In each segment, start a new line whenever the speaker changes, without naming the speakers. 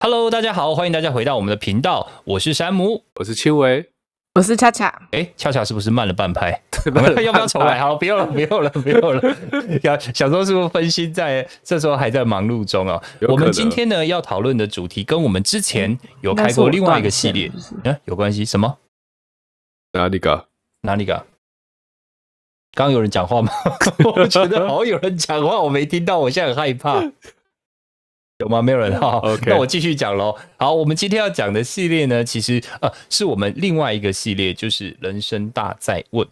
Hello，大家好，欢迎大家回到我们的频道，我是山姆。
我是青维，
我是恰恰，
哎，恰恰是不是慢了半拍？
慢了半 拍
要不要重来？ 好，不用了，不用了，不用了。要小时候是不是分心在这时候还在忙碌中哦？
有可能
我们今天呢要讨论的主题跟我们之前有开
那是我
过另外一个系列
断，线
啊，有关系？什么？
哪里个？
哪里个啊？刚刚有人讲话吗？ 我觉得好像有人讲话，我没听到，我现在很害怕。有吗？没有人哈。
OK
那我继续讲喽。好，我们今天要讲的系列呢，其实呃是我们另外一个系列，就是人生大在问。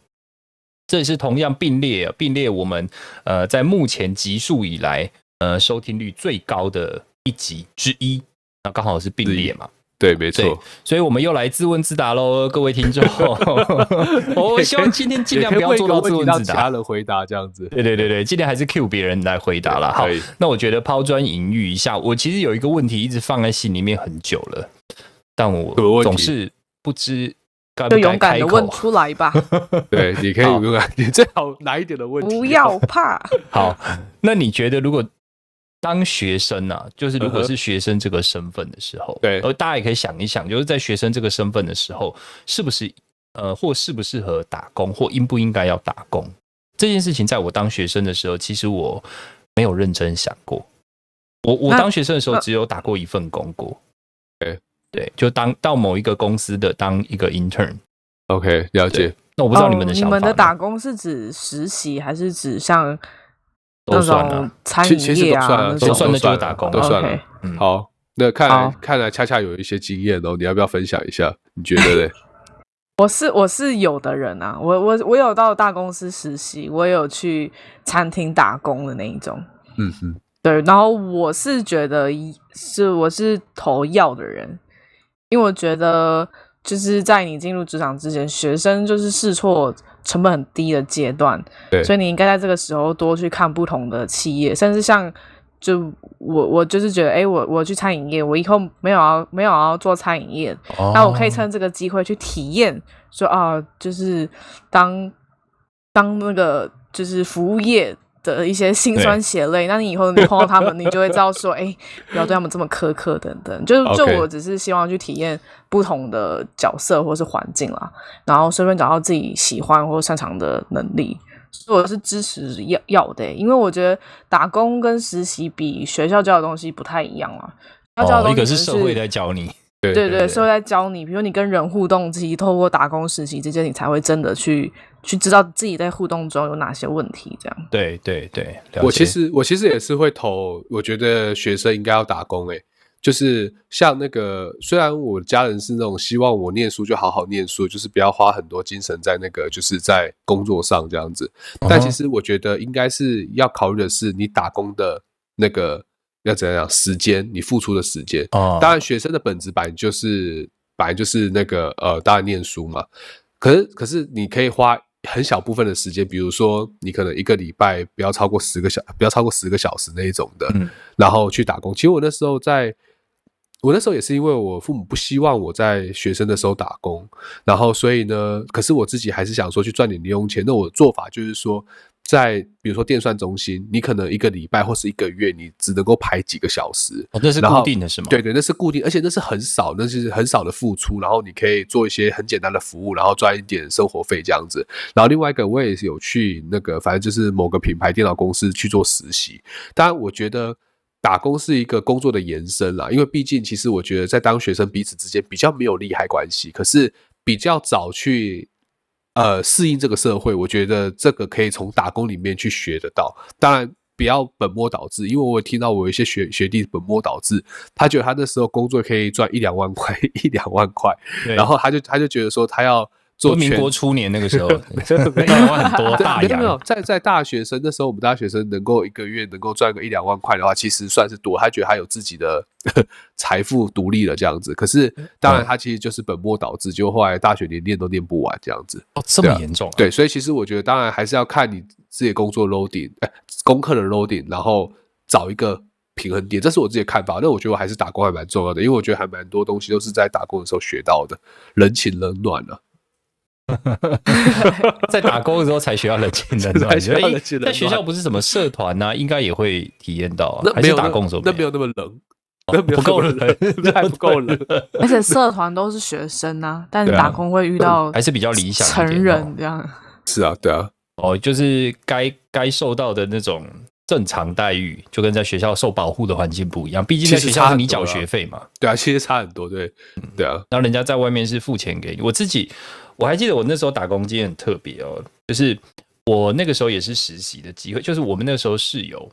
这也是同样并列呃并列我们呃在目前集数以来呃收听率最高的一集之一，那刚好是并列嘛。
对，没
对
错，，
所以我们又来自问自答喽，各位 听众。 我希望今天尽量不要做到自问自
也可以问一个问题让其他
答。
人回答这样子。
对对对对，尽量还是 Q 别人来回答啦。好
可以，
那我觉得抛砖引玉一下，我其实有一个问题一直放在心里面很久了，但
什么
我
问题
总是不知该不
就
该
勇敢
开
的
口。
问出 来吧，
对，你可以
好
问 啊，你最好哪一点的问题？
不要怕。
好，
嗯
那你觉得如果当学生啊，就是如
嗯
果
哼
是学生这个身份的时候，
对
而大家也可以想一想，就是在学生这个身份的时候，适不是呃，或适不适合打工，或应不应该要打工这件事情，在我当学生的时候，其实我没有认真想过。我我
那
当学生的时候，
呃
只有打过一份工过。
OK
对，就当到某一个公司的当一个 intern。
OK，了解。
那我不
不
知道你们的
哦你
想法呢、
们的打工是指实习还是指像
都
那
算啊
种餐
其其
饮
实
业
都算啊
那
都算，
种？
那就是
算了
打工，
都算了
OK
嗯
好，那看来
好
看来恰恰有一些经验哦，你要不要分享一下？你觉得嘞？
我是我是有的人啊，我我我有到大公司实习，我也有去餐厅打工的那一种。
嗯哼，
对，然后我是觉得一是我是投药的人，因为我觉得就是在你进入职场之前，学生就是试错成本很低的阶段，
对
所以你应该在这个时候多去看不同的企业，甚至像就我我就是觉得，哎，我我去餐饮业，我以后没有要没有要做餐饮业，
哦
那我可以趁这个机会去体验，说啊，就是当当那个就是服务业的一些辛酸血泪。那你以后你碰到他们，你就会知道说，哎、不要对他们这么苛刻等等。就就
OK
我只是希望去体验不同的角色或是环境啦，然后顺便找到自己喜欢或擅长的能力。所以我是支持要要的欸、因为我觉得打工跟实习比学校教的东西不太一样啦。要教的
哦，
东
一
西
个
可
是
能
社会在教你，
对
对对，
对
社会在教你，比如你跟人互动，其实透过打工实习这些，你才会真的去去知道自己在互动中有哪些问题。这样，
对对对，了
我
解
其实我其实也是会投，我觉得学生应该要打工诶、欸就是像那个，虽然我家人是那种希望我念书就好好念书，就是不要花很多精神在那个就是在工作上这样子，
嗯
但其实我觉得应该是要考虑的是你打工的那个要怎样时间，你付出的时间。
哦，
当然，学生的本质本来就是本来就是那个呃，当然念书嘛。可是可是你可以花很小部分的时间，比如说你可能一个礼拜不要超过十个小，不要超过十个小时那一种的，
嗯
然后去打工。其实我那时候在，我那时候也是因为我父母不希望我在学生的时候打工，然后所以呢，可是我自己还是想说去赚点零用钱。那我的做法就是说，在比如说电算中心，你可能一个礼拜或是一个月，你只能够排几个小时，
哦，这是
然后
固定的是吗？
对对，那是固定，而且那是很少，那是很少的付出，然后你可以做一些很简单的服务，然后赚一点生活费这样子。然后另外一个我也是有去那个，反正就是某个品牌电脑公司去做实习。当然，我觉得打工是一个工作的延伸啦，因为毕竟其实我觉得在当学生彼此之间比较没有利害关系，可是比较早去。呃，适应这个社会，我觉得这个可以从打工里面去学得到。当然，不要本末倒置，因为我有听到我有一些学学弟本末倒置，他觉得他那时候工作可以赚一两万块， 一两万块，
对，
然后他就他就觉得说他要
就
做
民
全
国初年那个 时候，台湾很多大
对啊没有没有
洋，，
在在大学生那时候，我们大学生能够一个月能够赚个一两万块的话，其实算是多。他觉得他有自己的 财富独立了这样子。可是
嗯
当然，他其实就是本末倒置，就后来大学连念都念不完这样子。
哦，这么严重啊？
对，所以其实我觉得，当然还是要看你自己的工作 loading，哎、功课的 loading，然后找一个平衡点，这是我自己的看法。那我觉得我还是打工还蛮重要的，因为我觉得还蛮多东西都是在打工的时候学到的，人情冷暖啊。
在打工的时候才学到人情冷暖，
才学到人情冷暖
在学校不是什么社团呐，应该也会体验到啊，
那
还
没
是
有
打
那
工的时候
那没
有哦
有那么冷，那没有
不够
人
人，
还不 够人。
而且社团都是学生啊，嗯但是
对啊
打工会遇到
还是比较理想一点哦
成人这样。
是啊，对啊，
哦，就是该该受到的那种正常待遇，就跟在学校受保护的环境不一样。毕竟在
其实
学
差
校是
很
你
多
缴
啊
学费嘛，
对啊，其实差很多，对，
嗯
对啊，
然后人家在外面是付钱给你。我自己我还记得我那时候打工经验很特别哦，就是我那个时候也是实习的机会，就是我们那时候室友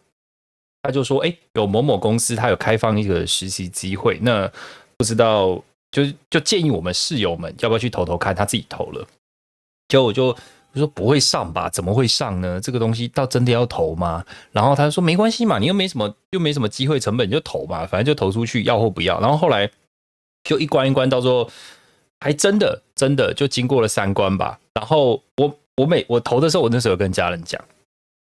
他就说，哎、有某某公司他有开放一个实习机会，那不知道就是就建议我们室友们要不要去投投看，他自己投了，结果我就。我说不会上吧？怎么会上呢？这个东西到真的要投吗？然后他就说没关系嘛，你又没什么，又没什么机会成本，你就投嘛，反正就投出去，要或不要。然后后来就一关一关，到最后还真的真的就经过了三关吧。然后我我每我投的时候，我那时候有跟家人讲，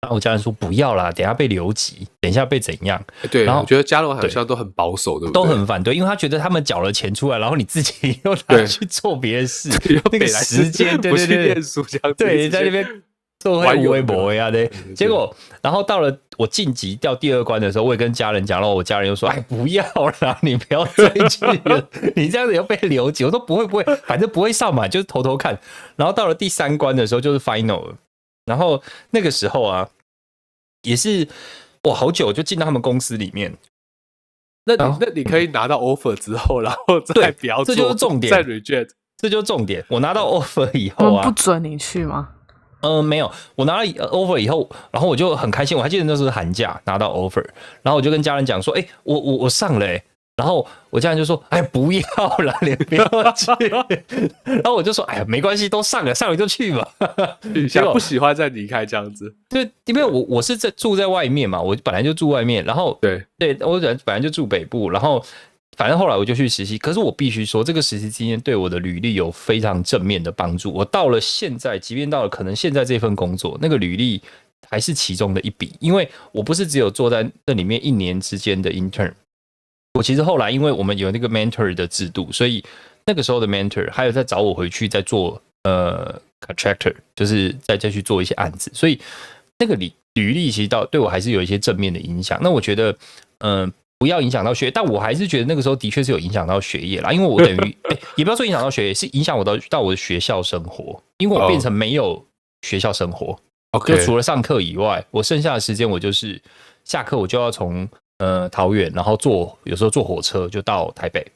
然后我家人说不要啦，等一下被留级，等一下被怎样，
哎对，
嗯然后
我觉得嘉龙好
对
像都很保守，对不对？
都 很反对，因为他觉得他们缴了钱出来，然后你自己 又拿
对，
去做别的事 那个
北来
时间，对
不
对
去
对，
念书这样子，
对，
直接
在那边做
玩
微
游
微
的
博呀的啊
对。
结果，然后到了我晋级掉第二关的时候，我也跟家人讲，然后我家人又说：“哎，不要啦，你不要再去了，你这样子又被留级。”我说：“不会不会， 反正不会上嘛，就是偷偷看。”然后到了第三关的时候，就是 final 了。然后那个时候啊，也是哇，好久就进到他们公司里面，
那
然后
你那你可以拿到 offer 之后，然后
对
再不要
这
做，
就是重点
再 reject。
这就是重点。我拿到 offer 以
他
后
们
啊
不，准你去吗？
呃，没有，我拿了呃 offer 以后，然后我就很开心，我还记得那时候是寒假拿到 offer，然后我就跟家人讲说，哎、我我我上了、欸，然后我家人就说，哎，不要了，你不要去，然后我就说，哎呀，没关系，都上了，上了就去吧。
你
结
想
果
不喜欢再离开这样子，
就因为我我是在住在外面嘛，我本来就住外面，然后
对，
对我本来本来就住北部，然后反正后来我就去实习。可是我必须说，这个实习经验对我的履历有非常正面的帮助。我到了现在，即便到了可能现在这份工作，那个履历还是其中的一笔，因为我不是只有坐在那里面一年之间的 intern。我其实后来因为我们有那个 mentor 的制度，所以那个时候的 mentor 还有在找我回去再做呃 contractor，就是再再去做一些案子，所以那个履履历其实到对我还是有一些正面的影响。那我觉得，嗯、不要影响到学业，但我还是觉得那个时候的确是有影响到学业啦，因为我等于、诶也不要说影响到学业，是影响我到到我的学校生活，因为我
哦
变成没有学校生活。
OK，
就除了上课以外，我剩下的时间我就是下课我就要从呃桃园，然后坐有时候坐火车就到台北，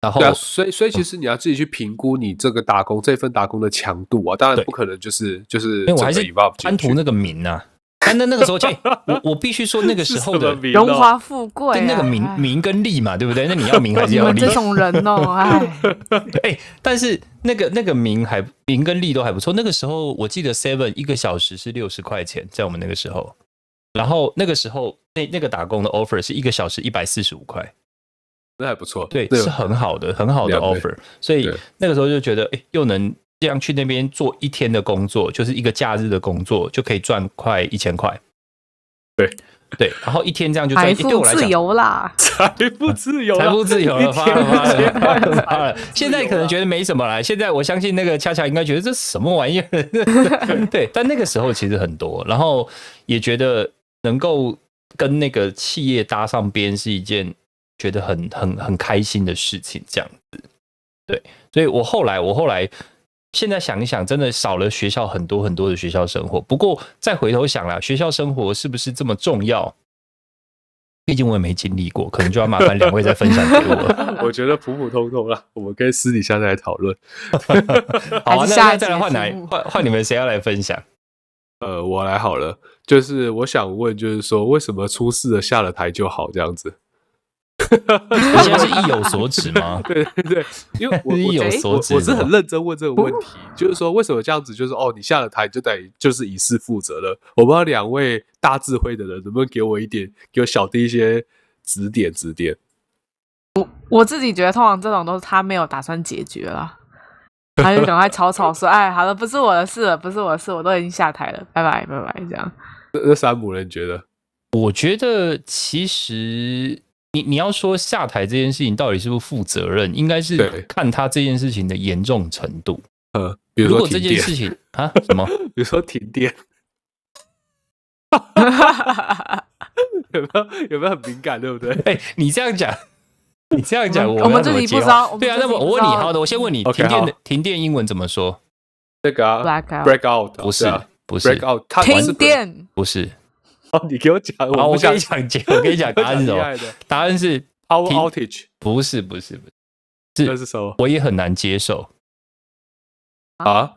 然后
对啊，所以所以其实你要自己去评估你这个打工这份打工的强度啊，当然
对
不可能就是就是
因为我还是
整个 involve
贪
进去
图那个名啊。但那那 个时候，哎我我必须说那个时候
是 什
的
么名哦
荣华富贵、
跟
啊，
那个名
哎
名跟利嘛，对不对？那你要名还是
你
要
们
利？
这种人 哦，哎，
哎、但是那个那个名还名跟利都还不错。那个时候我记得 Seven 一个小时是六十块钱，在我们那个时候，然后那个时候那那个打工的 offer 是一个小时一百四十五块。
那还不错，啊
对，
那
是很好的，很好的
两倍
offer。所以
对
那个时候就觉得，哎、又能这样去那边做一天的工作，就是一个假日的工作，就可以赚快一千块。
对
对，然后一天这样就赚，
财
诶对
富
我来
自
讲。
由啦，
财富自由啊，
财富自由
一
了，
天
发了发
一
了
千
发
块
了发
财
了
富自由啊。
现在可能觉得没什么啦，现在我相信那个恰恰应该觉得这什么玩意儿， 对。但那个时候其实很多，然后也觉得能够跟那个企业搭上边是一件觉得很很很开心的事情，这样子。对，所以我后来我后来现在想一想，真的少了学校很多很多的学校生活。不过再回头想啦，学校生活是不是这么重要？毕竟我也没经历过，可能就要麻烦两位再分享给我 了。
我觉得普普通通啦，我们可以私底下再来讨论。
好、啊那
还，是下
那再
一集
来
的
换
题
哪
目
换换你们谁要来分 享？
呃，我来好了，就是我想问，就是说为什么出事了下了台就好这样子？
你现在是意有所指吗？
对对对，因为 我
意
我
有
我
所指
我是
吗
很认真问这个问题，就是说为什么这样子？就是哦，你下了台就等于就是以示负责了。我不知道两位大智慧的人能不能给我一点，给我小弟一些指点指点。
我自己觉得通常这种都是他没有打算解决啦，他就赶快草草说， 哎，好了，不是我的事了，不是我的事，我都已经下台了，拜拜拜拜，这样。
那那山姆人觉得，
我觉得其实你你要说下台这件事情到底是不是负责任，应该是
对
看他这件事情的严重程度。
呃，比如
如
说
果这
停
件
电，
事情啊什么，
比如说停电， 有没有有没有很敏感，对不对？
哎、你这样讲，你这样讲，
我
们
们我
要
们
怎
自
么
己
接
不知
话？
道，
对啊，那我
我
我问你，好的，我先问你，
OK，
停电
好
的停电英文怎么说？
那个啊
，black out，
break out 啊
不是，不是，
break out，它
停。电，
不是。
哦，你给我讲，
好，
不
我跟
想
你讲解，我跟 你讲答案是什
厉
么？
害的
答案是
power outage，
不是？不是？不是，
那是什么
我也很难接受。
啊？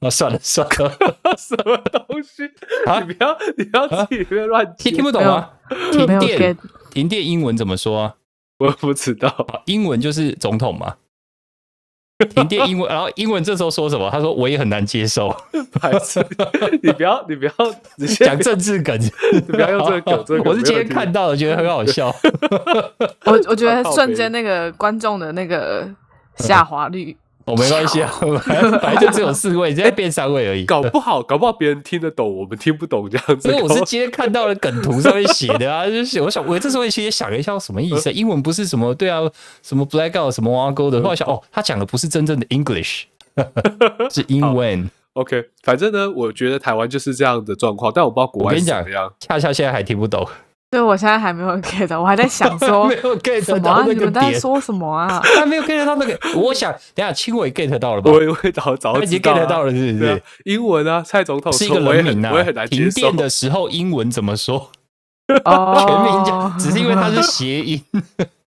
那、算了 算了，
什么东西？
啊
你不要，你不要自己不要乱接
听听不懂吗？
没
停
有
电
get，，
停电英文怎么说、啊？
我不知道。
英文就是总统嘛。停电英文，然后英文这时候说什么？他说我也很难接受，
白痴！你不要，你不要，你先
讲政治梗，
不要用 这个梗这个梗
我是今天
没问题
看到的，觉得很好笑。
我我觉得
靠
瞬
北
间那个观众的那个下滑率，
我、没关 系啊，反正反正就只有四位，现在变三位而已。
哎搞不好，搞不好别人听得懂，我们听不懂这样子。
因为我
搞
是
不好
今天看到的梗图上面写的啊， 就是我想，我这时候其实想了一下，什么意 思、啊？英文不是什么对啊，什么 blackout 什么挖沟
嗯
的，后来想，哦，他讲的不是真正的 English，是英文。
OK，反正呢，我觉得台湾就是这样的状况，但我不知道国
我
外
跟
是
你
怎
讲
么样。
恰恰现在还听不 懂，
对我现在还没有 get，到我还在想说
没有 get
什么啊
到那
你
个
们在
点，
说什么啊？
他没有 get 到那个。我想，等一下青伟 get 到了吧？
我也会早早
他
就
已经
知道
get
啊
到了，是不
对
是
啊？，英文啊，蔡总统
是一
说
个
我也
人
很
名啊！
我也很难接
停
受
电。的时候英文怎么说？
哦，
全名讲，只是因为它是谐音。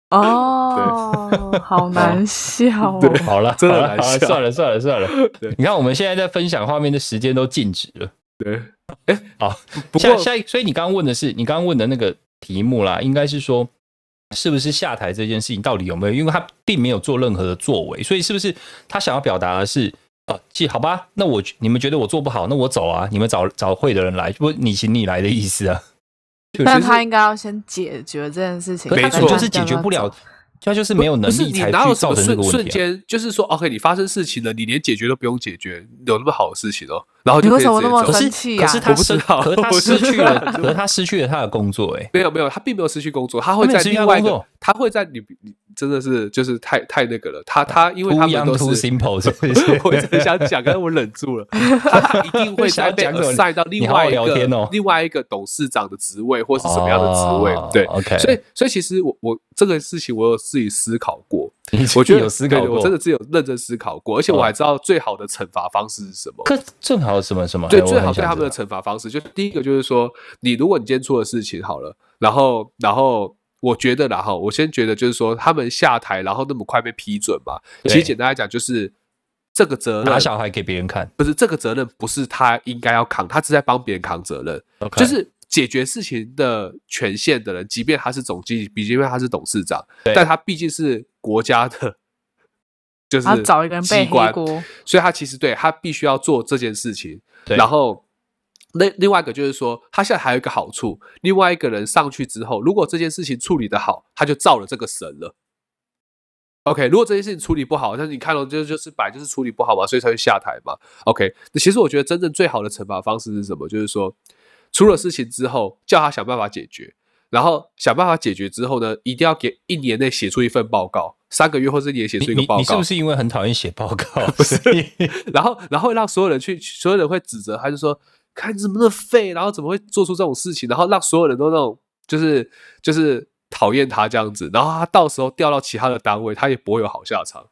哦，好难笑哦。
好了，
真的
好了
难
好了
笑
算了算了算了
对。
你看我们现在在分享画面的时间都静止了。
对，
好，
不
下
过
下一，所以你刚刚问的是，你刚刚问的那个题目啦，应该是说，是不是下台这件事情到底有没有？因为他并没有做任何的作为，所以是不是他想要表达的是，啊，既好吧，那我你们觉得我做不好，那我走啊，你们找找会的人来，不你行你来的意思啊？
但他应该要先解决这件事 情，
可是他
没错
可能就是解决不了，他就是没有能
不是
力
你
才
哪有
去
什
造
么
成这
瞬
个问
瞬
题、啊。
间，就是说，OK，你发哦生事情了，你连解决都不用解决，有那么好的事情哦，然后就
你
可
为
以
什么
直接
那么
走
可是
生气啊
可是他
我不知
失，
道
可是他
我不
失去
知
了
道，
可是他失去了他的工作、欸，哎，
没有没有，他并没有失去工作，他会
他没有
在
失去
另
他
外一
工
个
作，
他会在你你真的是就是太太那个了，他他因为
too
他们
young
都
too
是。？
simple 是不是
我一直想讲，但是我忍住了。他一定会在被
想讲什么
assign 到
你
另
好好
外一
聊
个、
天哦
另外一个董事长的职位，或是什么样的职位。
哦
对
OK
所以所以其实我我这个事情我有自己思考过，
你
我觉得
有思考
对
过，嗯
我真的是有认真思考过，而且我还知道最好的惩罚方式是什么。
可正好什么什么？
对，
哎
最好对他。
我很
们的
想知道
惩罚方式，就第一个就是说，你如果你今天出了事情好了，然后然后我觉得然后我先觉得就是说，他们下台然后那么快被批准嘛，
对嗯
其实简单来讲就是这个责
拿
任
小孩给别人看
不是这个责任不是他应该要扛，他是在帮别人扛责任，
，OK，
就是。解决事情的权限的人，即便他是总经理，即便他是董事长
对，
但他毕竟是国家的，就是
然后找一个人背
机
黑
关，
锅，
所以他其实对他必须要做这件事情。
对
然后那另外一个就是说，他现在还有一个好处，另外一个人上去之后，如果这件事情处理的好，他就造了这个神了。OK，如果这件事情处理不好，但是你看到这就是本来就是处理不好嘛，所以才会下台嘛。OK，那其实我觉得真正最好的惩罚方式是什么？就是说，出了事情之后，叫他想办法解决，然后想办法解决之后呢，一定要给一年内写出一份报告，三个月或是一年写
你
出一个
你
报告。
你是不是因为很讨厌写报 告？不是，
然后然后让所有人去，所有人会指责他，就说看你怎么那么废，然后怎么会做出这种事情，然后让所有人都那种就是就是讨厌他这样子，然后他到时候调到其他的单位，他也不会有好下场。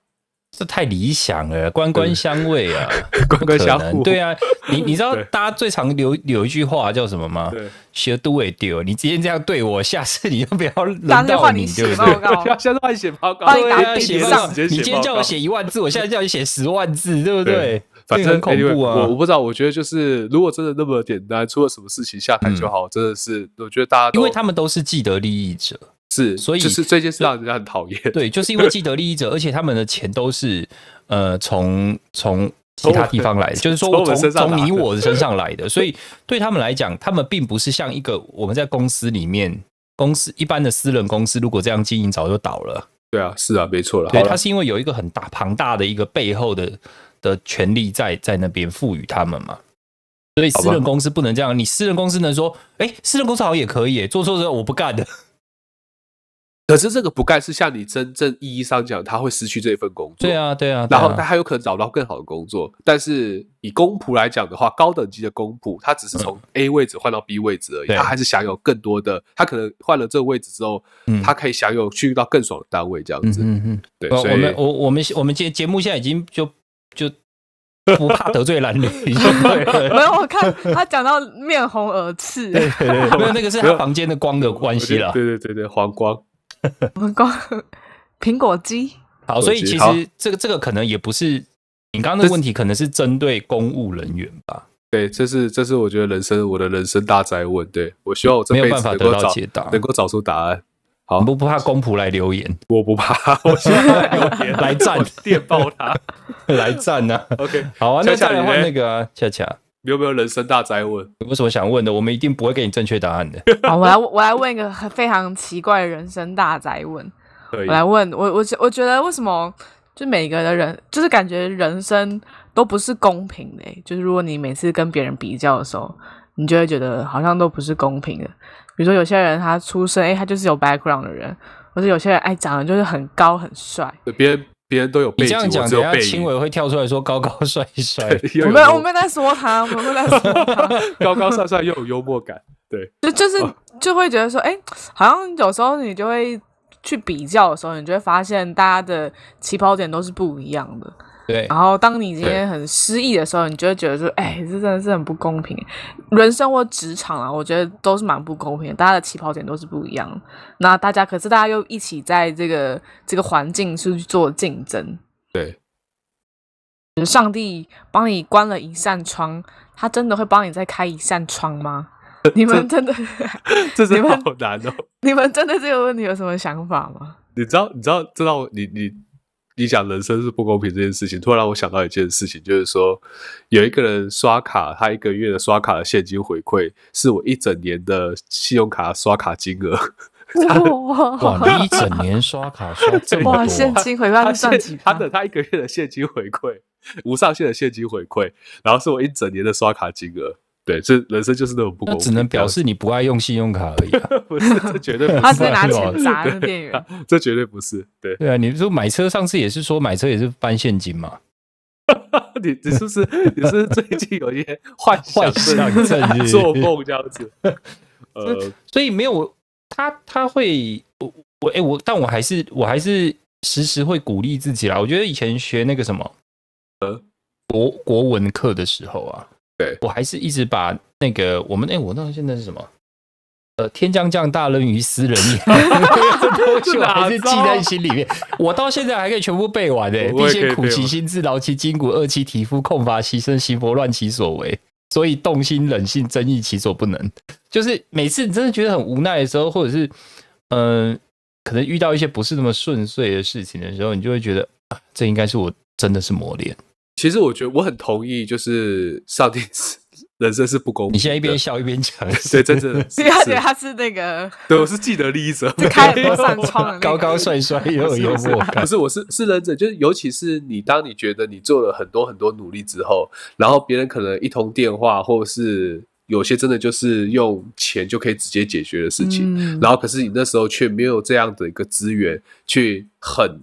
这太理想了，官官相卫啊，
官官相护
不可能对啊， 你你知道
对
大家最常留有一句话叫什么吗？
对，
学都会丢，你今天这样对我，下次你就不要
当
轮
天
到
换你
对
写
不
报
对？啊
告，
现在帮你写报告，
帮你打
对啊，
地
写
址
报
上
告，你今天叫我写一万字，我现在叫你写十万字，对不对
对？反
这个很
正
恐怖
anyway，我我
啊，
不知道，我觉得就是如果真的那么简单，出了什么事情下台就好，真的是我觉得大家都
因为他们都是既得利益者，
是，
所以
就是这件事让人家很讨厌。
对，就是 因为既得利益者，而且他们的钱都是呃从从其他地方来的，
从
就是说
我们从我
从
们身上
从
拿
你
的
我的身上来的，所以对他们来讲，他们并不是像一个我们在公司里面。公司一般的私人公司，如果这样经营，早就倒了。
对啊，是啊，没错了。
对，
好啦
它是因为有一个很大庞大的一个背后的的权力在在那边赋予他们嘛，所以私
好吧
人公司不能这样。你私人公司能说，哎，私人公司好像也可以耶，做错之后我不干的，
可是这个不干是像你真正意义上讲，他会失去这份工作。
对啊，对啊，对
然后
啊
他还有可能找不到更好的工作。但是以公仆来讲的话，高等级的公仆，他只是从 A 位置换到 B 位置而
嗯
已，
对
他还是享有更多的。他可能换了这个位置之后，
嗯
他可以享有去到更爽的单位这样
嗯
子。
嗯嗯，
对，
我
所
我们
以
我我们我们节节目现在已经就就不怕得罪 男女，已经对了
没有，我看他讲到面红耳赤，
对对对，没有那个是他房间的光的关系了。
对对对对，黄光
我们光苹果 肌，
好，所以
手机
其
好
实这个这个可能也不是你刚刚的问题，可能是针对公务人员吧，
对，这是这是我觉得人生我的人生大灾问。对我希望我这
没有
辈
办
子
法
能
得
够
到
找
解答。
能够找出答案。好
我，不不怕公仆来留言
我不怕，我希望他留言
来战
我电爆他。
来赞呢、啊。
OK，
好啊，那
恰恰
再来
你
换
嘞
那个啊恰恰，
你有没有人生大灾问？
有什么想问的？我们一定不会给你正确答案的。
好，我来我来问一个很非常奇怪的人生大宅问，
可以
我，来问我我觉我觉得为什么就每个的人就是感觉人生都不是公平的欸、就是如果你每次跟别人比较的时候，你就会觉得好像都不是公平的。比如说有些人他出生哎、他就是有 background 的人，或者有些人哎长得就是很高很帅，
对别人别人都 有背
你
景，
这样
我
讲，
只
等
有
一下
背
青
影。
伟会跳出来说高高帅帅。
又
我
有
没有
幽
我没有在说他，我没有在说他，
高高帅帅又有幽默 感，
就就是就会觉得说，哎、好像有时候你就会去比较的时候，你就会发现大家的起跑点都是不一样的。
对，
然后当你今天很失意的时候，你就会觉得说，哎、这真的是很不公平。人生或职场啊，我觉得都是蛮不公平的，大家的起跑点都是不一样的。那大家可是大家又一起在这个这个环境去做竞争，
对，
上帝帮你关了一扇窗，他真的会帮你再开一扇窗吗？你们真的，
这真
你
的
们
好难哦。
你们真的这个问题有什么想法吗？
你知道，你知道，知道我你你你讲人生是不公平这件事情，突然让我想到一件事情，就是说有一个人刷卡，他一个月的刷卡的现金回馈是我一整年的信用卡刷卡金额，
哇，
哇
你一整年刷卡刷这么
哇，
多
现
啊，
金回
他
馈
现
算几
他
趴？
的他一个月的现金回馈，无上限的现金回馈，然后是我一整年的刷卡金额。对，这人生就是那种不
那
公平，
只能表示你不爱用信用卡而已、啊。
不是，这绝对不是，
他直接拿 钱砸那店员。
这绝对不是。对，
对啊，你说买车上次也是说买车也是搬现金嘛，
你你是不是你是不是最近有一些幻
幻 想症是不是
做梦这样 子？呃，
所以没有他他会我我哎、我，但我还是我还是时时会鼓励自己啦。我觉得以前学那个什么呃国国文课的时候啊，
对
我还是一直把那个我们哎、我那现在是什么？呃，天将降大任于斯人也， 这东西我还是记在心里面。我到现在还可以全部背完诶、
我
必
也可以
先苦
背
其
完
心志，劳其筋骨，饿其体肤，空乏其身，行拂乱其所为。所以动心忍性，增益其所不能。就是每次你真的觉得很无奈的时候，或者是嗯、呃可能遇到一些不是那么顺遂的事情的时候，你就会觉得、啊、这应该是我真的是磨练。
其实我觉得我很同意，就是上帝是人生是不公平的。
你现在一边笑一边讲，
对，真的是，
所以他觉
是
得他是那个
对，我是既得利益者，
是开很多扇 窗的那个
高高帅帅又有幽
不是啊
默
不
感。
是，我是是认真，就是尤其是你当你觉得你做了很多很多努力之后，然后别人可能一通电话，或者是有些真的就是用钱就可以直接解决的事情，
嗯
然后可是你那时候却没有这样的一个资源去很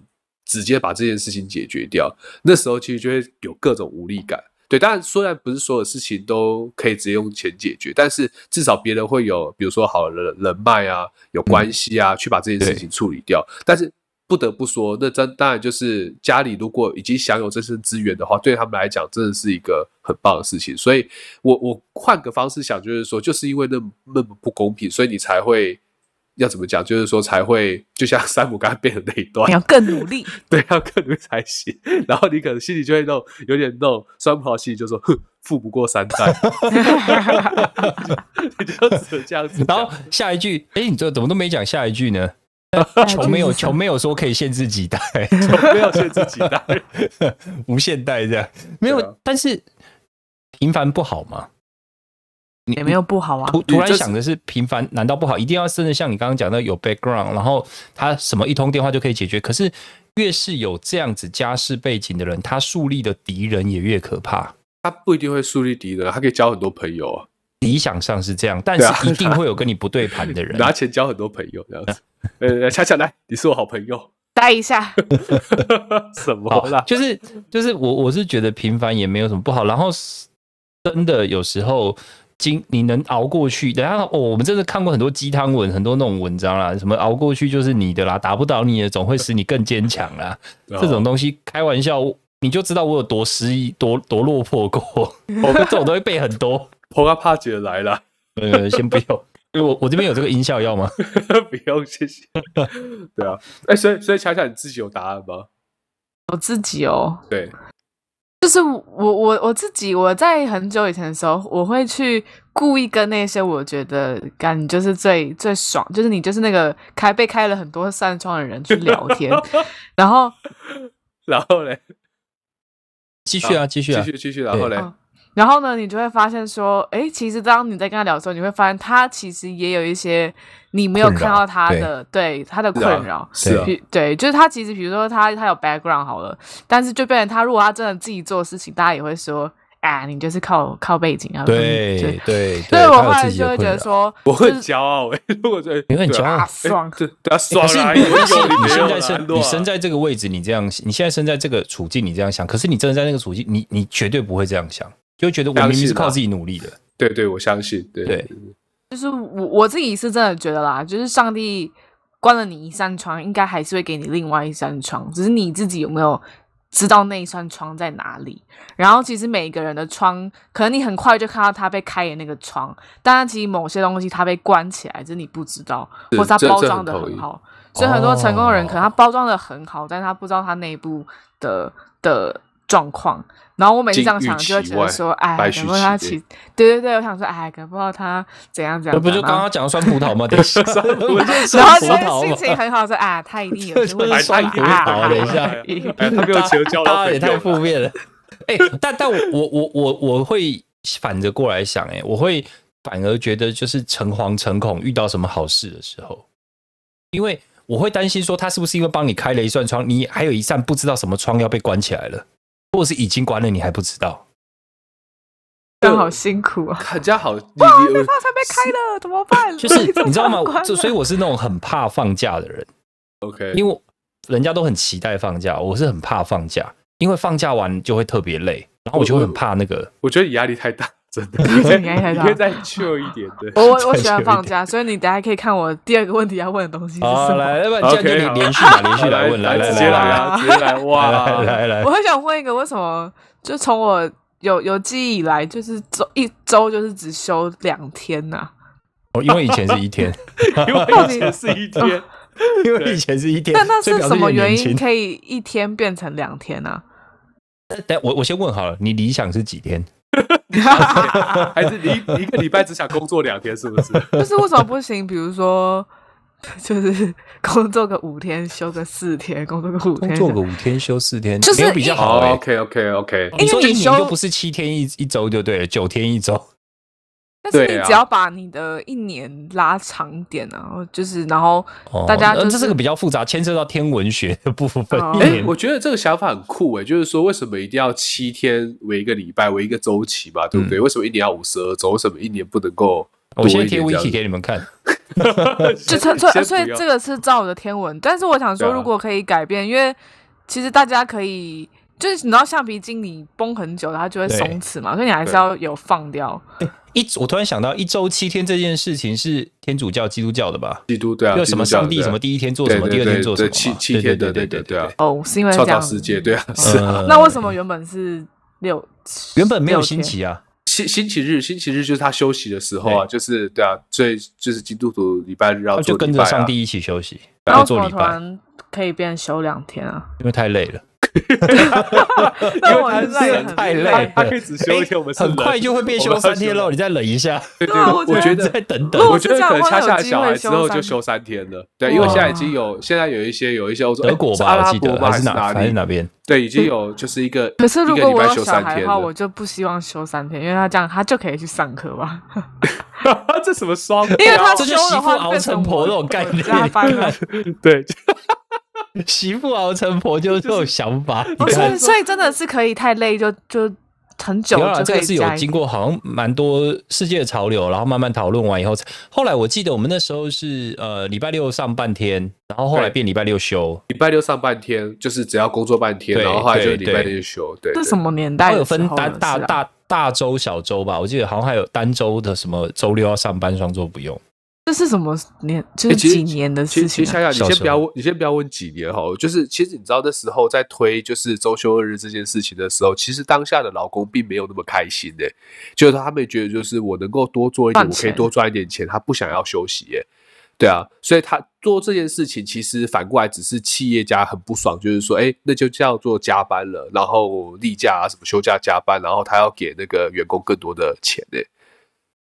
直接把这件事情解决掉，那时候其实就会有各种无力感。对，当然虽然不是所有事情都可以直接用钱解决，但是至少别人会有，比如说好人人脉啊，有关系啊，去把这件事情处理掉。但是不得不说，那真当然就是家里如果已经享有这些资源的话，对他们来讲真的是一个很棒的事情。所以我我换个方式想，就是说，就是因为那那么不公平，所以你才会要怎么讲，就是说才会就像 山姆刚刚变的那一段
你，要更努力，
对，要更努力才行。然后你可能心里就会那种有点那种酸葡萄心里就说，哼，富不过三代， 你就只能这样子 讲。
然后下一句，哎、你这怎么都没讲下一句呢？
哎
穷
哎
没有穷没有说可以限制几代，
没有限制几代，
无限代这样没有，
对啊
但是平凡不好吗？
也没有不好啊。
突
你
突然
这
想的是平凡，难道不好？一定要真的像你刚刚讲的有 background，然后他什么一通电话就可以解决？可是越是有这样子家世背景的人，他树立的敌人也越可怕。
他不一定会树立敌人，他可以交很多朋友啊。
理想上是这样，但
对啊
是一定会有跟你不对盘的 人。
拿钱交很多朋友这样子。 呃，恰恰来，你是我好朋友，
待一下，
什么
好
啦？
就是就是我我是觉得平凡也没有什么不好，然后是真的有时候经你能熬过去，等下哦，我们真的看过很多鸡汤文，很多那种文章啦，什么熬过去就是你的啦，打不倒你也总会使你更坚强 啦，这
哦
种东西开玩笑。你就知道我有多失意、多多落魄过， 我这种东西背很多。
彭阿帕姐来了，
呃，先不用， 因为我我这边有这个音效要吗？
不用 谢谢。对啊，哎，所以所以恰恰你自己有答案吗？
我自己哦，
对，
就是我我我自己，我在很久以前的时候，我会去故意跟那些我觉得感觉就是最最爽，就是你就是那个开被开了很多扇窗的人去聊 天，然后
然后嘞，
继续啊，继续
继
啊，
续继续，然后嘞，
嗯然后呢，你就会发现说，诶，其实当你在跟他聊的时候，你会发现他其实也有一些你没有
困扰
看到他的，对他的
是啊
困扰。
是啊，
比对，就是他其实，比如说他他有 background 好了，但是就变成他如果他真的自己做事情，大家也会说，啊，你就是靠靠背景啊。
对
就
对对，
所以我后
他有
来
自己
就
的
会觉
困
得
扰
说，
我很骄傲哎， 如果这
你很骄傲
啊，爽，
对对啊，
欸可
爽
是
啦！
你
有有
是
你
你
没有
现
啦
在身
对
你
啊
身在这个位置，你这样，你现在身在这个处境，你这样想，可是你真的在那个处境，你你绝对不会这样想，就会觉得我
相
明
信
明是靠
吧
自己努力的，
对对，我相信，对
对
就是我我自己是真的觉得啦，就是上帝关了你一扇窗，应该还是会给你另外一扇窗，只是你自己有没有知道那一扇窗在哪里。然后其实每个人的窗，可能你很快就看到它被开的那个窗，但是其实某些东西它被关起来，只是你不知道，
是
或是它
这
包
这
装
很
的
同
很
意
好。所以很多成功的人
哦
可能他包装的很好，但是他不知道他内部的的状况。然后我每次这样想，就会觉得说，哎，
百
可
虚
能他
其
其对对对，我想说，哎，搞不好他怎样怎
那
样。
不就
怎样
刚刚讲的酸葡 萄吗？等一下，
酸 葡萄
不就是
然后
酸葡
就会心
萄
情
吗？
很好，说啊，他一定 有些问
这就
题啊，
是酸葡萄
啊
等一下
啊啊
哎，他没有钱交到
大
朋
家
友
也太负面了。哎、但但我我我我我会反着过来想、哎，我会反而觉得就是诚惶诚恐，遇到什么好事的时候，因为我会担心说他是不是因为帮你开了一扇窗，你还有一扇不知道什么窗要被关起来了，或者是已经关了你还不知道。
这样好辛苦 啊！
看人家好，你你
他才被开了，怎么办？
就是 你知道
关啊
吗？
了
就所以我是那种很怕放假的人，
OK，
因为人家都很期待放假，我是很怕放假，因为放假完就会特别累，然后我就会很怕那个。
我觉得你压力太大，真的，
啊
得你压力太大
你可以再 chill 一点，对。
我我我喜欢放假，所以你等下可以看我第二个问题要问的东西是
好、啊
什么。
来，要不然
OK，
这样就
好
连连续嘛，啊连续
好
来 问，来来
直
来
接
来
来
来
啊，直接来哇！
来来来
我，很想问一个，为什么就从我有有记忆以来，就是周一周就是只休两天呐、
哦因为以前是一 天，
因 为以前是一天，
因为以前是一天，
那那
所以
是
表示
什么
你很
原
年
因
轻？
可以一天变成两天啊呢、
但我我先问好了，你理想是几天？
还是你你一个礼拜只想工作两天，是不是？
就是为什么不行？比如说， 就是工作个五天，休个四天，工作个五天，啊
工作个五天，休四天，
就是
没有比较 好哎、
，OK OK OK，
因为
你说一
你
年
休
就不是七天一一周就对了，九天一周。
但是
对
你
啊
只要把你的一年拉长一点啊，就是然后
哦
大家
呃
就
这是个比较复杂，牵涉到天文学的部分。
哦
一
哎、
年
我觉得这个想法很酷哎、就是说为什么一定要七天为一个礼拜为一个周期嘛，对不对？为什么一年要五十二周？为什么一年不能够
嗯哦
多
我
一
现在贴
点这样
wiki
子
给你们看，
就
先
所
先
所以所以
不要
这个是照我的天文，但是我想
对
说，
啊
如果可以改变，因为其实大家可以。就是你知道橡皮筋你绷很久，它就会
对
松弛嘛，所以你还是要有放掉。
一我突然想到一周七天这件事情是天主教、基督教的吧？
基督对啊，
有什么
基督教
上帝
对啊
什么第一天做什么，
对
第
对
二天做什
对
么
对七
嘛？
七天的
对
那个对啊，
哦，是因为
创
这
造
样
世
子。
界对啊，是啊
呃
那为什么原本是六？
原本没有
六
星
天
期啊？
星星期日，星期日就是他休息的时候啊，就是对啊，所以就是基督徒礼拜日要
他
做
就跟
礼
着
拜
上
啊，
帝一起休息，
然
要
后
做
怎么
礼
突
拜，
然可以变休两天啊？
因为太累了。
那啊我现在也
是
很
太累
他
了
他可以只休一天，
哎
我们是
很快
人
就会变休三天喽，。你再忍一下，
我们要休对
对啊
对，觉
我觉
得
再等等
如。果
我
是
觉得
这样
可能
的话
恰恰
有机会
小孩之后
休三
就休三天了，对，因为
哇
现在已经有现在有一些有一些欧洲
德国吧，
哎是
我
阿拉
记得
伯吧
还是哪
哪
还是
里，
哪边？
对，已经有就是一个
可是如
一个
果
礼
我
拜休
有小
三
孩
天
的话，
了
我就不希望休三天，因为他这样他就可以去上课 吧。
这什么双
因为他
啊这
休
就是媳
的
妇
话，
熬
变
成
成
婆
我
那种概念
我加班 了。
对，
媳妇熬成婆就是这种想法，
哦，
你
所
看
以所以真的是可以太累就就很久
有啦，啊
就
这
可
个
以
是有
加一
经过好像蛮多世界的潮流，然后慢慢讨论完以后才，后来我记得我们那时候是呃礼拜六上半天，然后后来
对
变礼拜六休，
礼拜六上半天，就是只要工作半天，
对
然后后来就
对
礼拜
对
六休。对，
这
对
什么年代
它
的
有分
时候
大
的
大
事啊
大大周小周吧，我记得好像还有单周的什么周六要上班，双周不用。
这是什么年？就
欸
是
其实
几年的
其实，
事情
其实
啊、
想想，你
小
先
时
不要
候，
问，你先不要问几年好了，就是其实你知道那时候在推就是周休二日这件事情的时候，其实当下的劳工并没有那么开心的、就是他们觉得就是我能够多做一点，
赚
我可以
钱
多赚一点钱，他不想要休息耶、对啊，所以他做这件事情，其实反过来只是企业家很不爽，就是说，哎，那就叫做加班了，然后例假啊，什么休假加班，然后他要给那个员工更多的钱呢、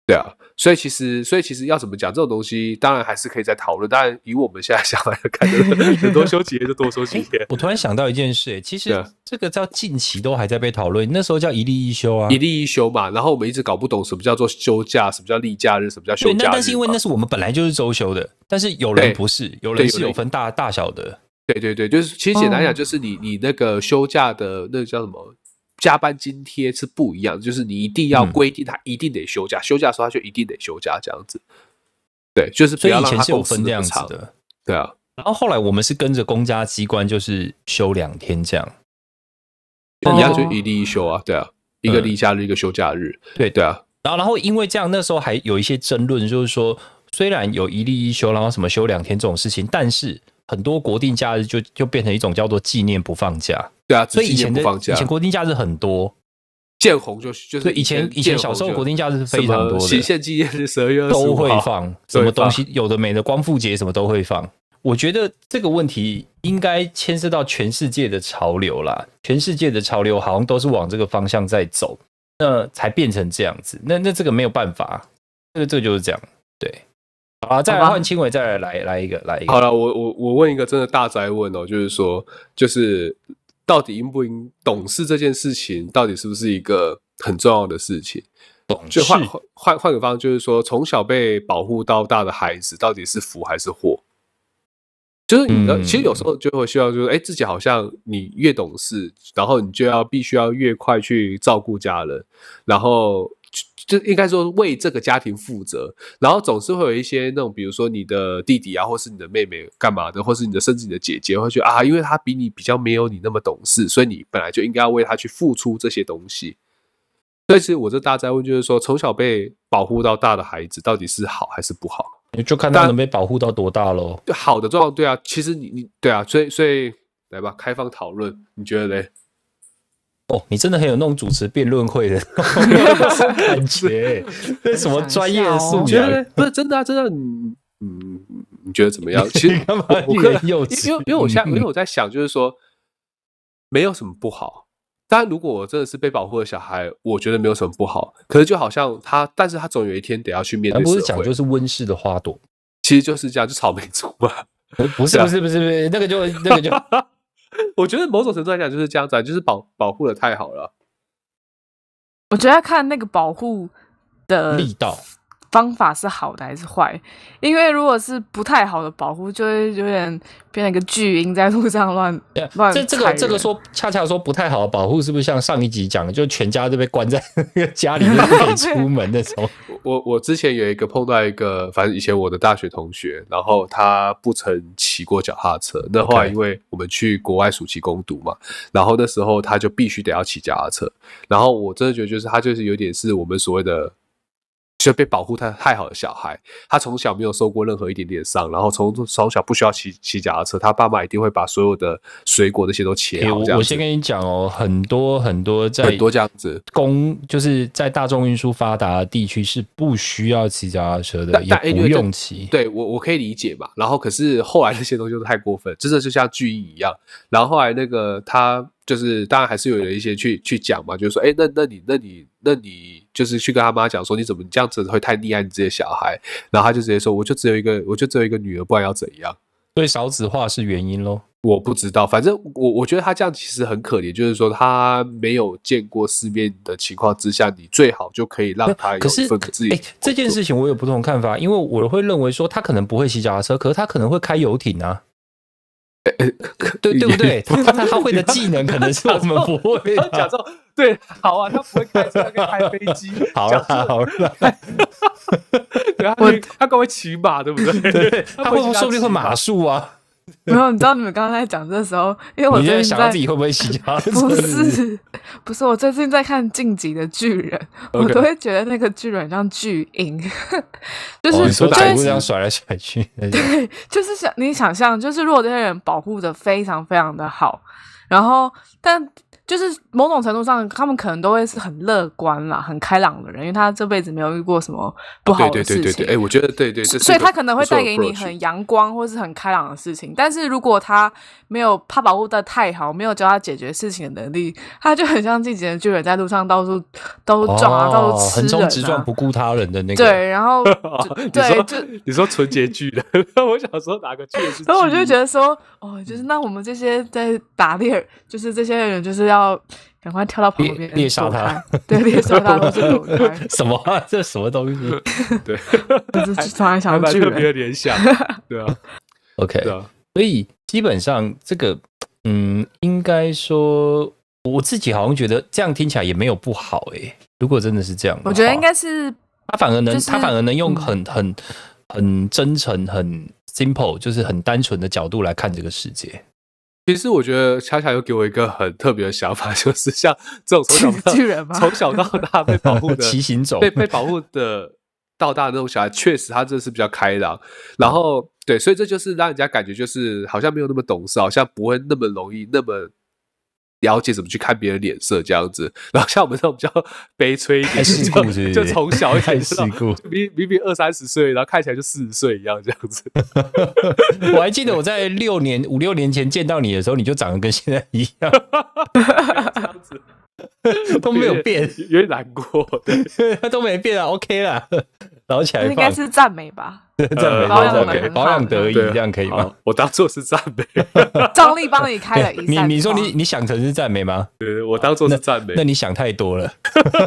对啊，所以其实，所以其实要怎么讲这种东西，当然还是可以再讨论。当然，以我们现在想来看，就是多休几天就多休几天
我突然想到一件事、欸，其
对
实
啊
这个叫近期都还在被讨论，那时候叫一例一休啊
一。例一休嘛。然后我们一直搞不懂什么叫做休假，什么叫例假日，什么叫休
对，
假日
那
嘛。
但是因为那是我们本来就是周休的，但是有
对
人不是，有人
对有
是
人
有分大大小的。
对对对，就是其实简单讲，
哦
就是你你那个休假的那个叫什么加班津贴是不一样的，就是你一定要
嗯
规定他一定得休假，休假的时候他就一定得休假这样子。对，就是不
所以
要
以
让
前
他
是有
公司
分这样子
长。
的。
对啊，
然后后来我们是跟着公家机关，就是休两天这样。
那一样就
哦
一例一休啊，对啊，一个
嗯
例假日，一个休假日，
对
对啊，
然后然后因为这样，那时候还有一些争论，就是说虽然有一例一休，然后什么休两天这种事情，但是很多国定假日就就变成一种叫做纪念不放假。
对啊，
所以以
只是一
前
年
的
不放假
以，前国定假日很多，
建红就就是
所以以前以前小时候国定假日是非常多
期
的。
限纪念日十二月
都会放什
对
么东西，有的没的，光复节什么都会放。我觉得这个问题应该牵涉到全世界的潮流啦，全世界的潮流好像都是往这个方向在走，那才变成这样子。那那这个没有办法，这个这个就是这样。对，好啊，再来
好吧
换青伟，再来来来一个，来一个。
好了，我我我问一个真的大宅问哦，就是说，就是到底应不应懂事这件事情，到底是不是一个很重要的事情？
懂
就
事
换换换换个方，就是说，从小被保护到大的孩子，到底是福还是祸？就是你的，
嗯
其实有时候就会需要，就是哎、诶自己好像你越懂事，然后你就要必须要越快去照顾家人，然后就就应该说为这个家庭负责，然后总是会有一些那种，比如说你的弟弟啊，或是你的妹妹干嘛的，或是你的甚至你的姐姐，会觉得啊，因为他比你比较没有你那么懂事，所以你本来就应该要为他去付出这些东西。所以其实我这大灾问就是说，从小被保护到大的孩子，到底是好还是不好？
就看他能被保护到多大喽。
就好的状况，对啊，其实你你对啊，所以所以来吧，开放讨论，你觉得嘞？
哦，你真的很有那种主持辩论 会的感觉，这是什么专业素养
你觉？得嘞不是真的啊，真的啊，你嗯， 你觉得怎么样？其实
干嘛
我我
欲言
个人
又
因
止
为因为我现在因为我在想，就是说没有什么不好。当然，如果我真的是被保护的小孩，我觉得没有什么不好。可是就好像他，但是他总有一天得要去面
而
对
不是
社
讲
会，
就是温室的花朵，
其实就是这样，就草莓族嘛。
不是
对啊
不是不是不是，那个就那个 就
我觉得某种程度来讲就是这样子、啊，就是保保护的太好了。啊
我觉得要看那个保护的
力道
方法是好的还是坏，因为如果是不太好的保护，就会有点变成一个巨婴在路上乱乱
啊这
踩人。
这个这个说恰恰说不太好的保护，是不是像上一集讲，的，就全家都被关在 那个家 里面不可以出门那种？
我我我之前有一个碰到一个，反正以前我的大学同学，然后他不曾骑过脚踏车。那后来
OK
因为我们去国外暑期攻读嘛，然后那时候他就必须得要骑脚踏车。然后我真的觉得，就是他就是有点是我们所谓的。就被保护太太好的小孩，他从小没有受过任何一点点伤，然后从从小不需要骑骑脚踏车，他爸妈一定会把所有的水果那些都切
诶
好，
我
这样
我
子
先跟你讲哦，很多很多在
很多这样子，
公就是在大众运输发达的地区是不需要骑脚踏车的，
但
也
但 anyway，
不用骑。
对我我可以理解嘛。然后可是后来那些东西都太过分，真的就像巨婴一样。然后后来那个他就是当然还是有一些去去讲嘛，就是说，哎，那那你那你那你就是去跟他妈讲说，你怎么这样子会太溺爱你自己的小孩？然后他就直接说，我就只有一个，我就只有一个女儿，不然要怎样？
所以少子化是原因喽。
我不知道，反正我我觉得他这样其实很可怜，就是说他没有见过世面的情况之下，你最好就可以让他有
可是
一份自己
哎、这件事情我有不同的看法，因为我会认为说他可能不会骑脚踏车，可是他可能会开游艇啊。对对不对？他他他会的技能可能 是我们不会
他
的。
讲说对，好啊，他不会开车，他可以开飞 机。
好
讲
了好了，
对，他可以他跟我骑马，对不对？
对，他会
骑
说不定会
骑
马术啊。
没有，你知道你们刚刚在讲的时候，因为我
你
最
在
近
想
在
到自己会不会骑啊？
不是不是，我最近在看《晋级的巨人》，我
OK
都会觉得那个巨人像巨婴， 就
哦，你
是
说
就
打一
会
这样甩来甩去，那 种
就是想你想象，就是如果这些人保护的非常非常的好，然后但就是某种程度上，他们可能都会是很乐观啦、很开朗的人，因为他这辈子没有遇过什么不好
对对
的
对
事
哦
情。
对对，哎，我觉得对对，这是
所以
一个
他可能会
不错的
带给你
approach
很阳光或是很开朗的事情，但是如果他没有他保护的太好，没有教他解决事情的能力，他就很像进击的巨人，在路上到处都撞啊，到
哦
处
横
吃
冲
人
直撞，
啊，
不顾他人的那个。
对，然后就
哦你
对
说
就。
你说纯洁剧的， 我想说哪个剧是？
然后我就觉得说，哦，就是
嗯
那我们这些在打猎，就是这些人就是要赶快跳到旁
猎
边
猎杀
躲
他
开，对，猎杀他或是 躲开，
什么啊？这什么东西
对，
就是突然
还
想到
蛮
巨
特别
人，
的联想，对啊，
？OK，
对啊，
所以基本上这个，嗯，应该说我自己好像觉得这样听起来也没有不好诶、如果真的是这样的话，
我觉得应该是
他反而能，
就是
他反而能用
嗯
很、很很真诚、很 simple，就是很单纯的角度来看这个世界。
其实我觉得恰恰又给我一个很特别的想法， 就是像这种从小到
巨人吧，
从小到大被保 护的
骑行种
被被保护的到大的那种小孩，确实他真的是比较开朗，然后对，所以这就是让人家感觉就是好像没有那么懂事，好像不会那么容易那么。了解怎么去看别人脸色这样子，然后像我们这种比较悲催一点，
太世
就
故是不是
就从小一点
太
知
世
道
故。
明明明二三十岁，然后看起来就四十岁一样这样子。
我还记得我在六年、五六年前见到你的时候，你就长得跟现在一 样， 都没有变，
有点难过。对，
都没变啊，OK 啦， 老起
这
来
应该
放，
是赞美吧。
赞美
呃
保
好
养
，OK，
得保养得宜，
对啊
这样可以吗？
好？我当做是赞美，
张力帮你开了一
你
扇
你说
窗
你你想成是赞美吗？
对我当做是赞美
那。你想太多 了。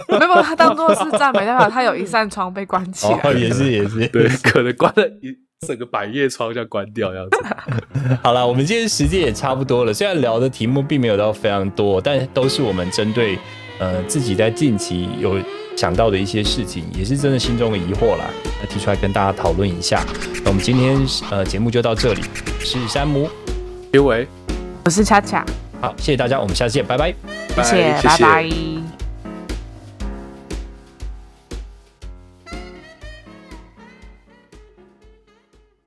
没有，没有他当做是赞美，代表他有一扇窗被关起来。
哦，也是也是。
对， 可能关了一整个百叶窗这样关掉这样 子。
好啦，我们今天时间也差不多了。虽然聊的题目并没有到非常多，但都是我们针对呃自己在近期有想到的一些事情，也是真的心中的疑惑啦，那提出来跟大家讨论一下。那我们今天呃节目就到这里，我是山姆。
因为
我是恰恰，
好，谢谢大家，我们下次见，拜拜。
谢
拜
谢，
哎谢
拜
谢
拜。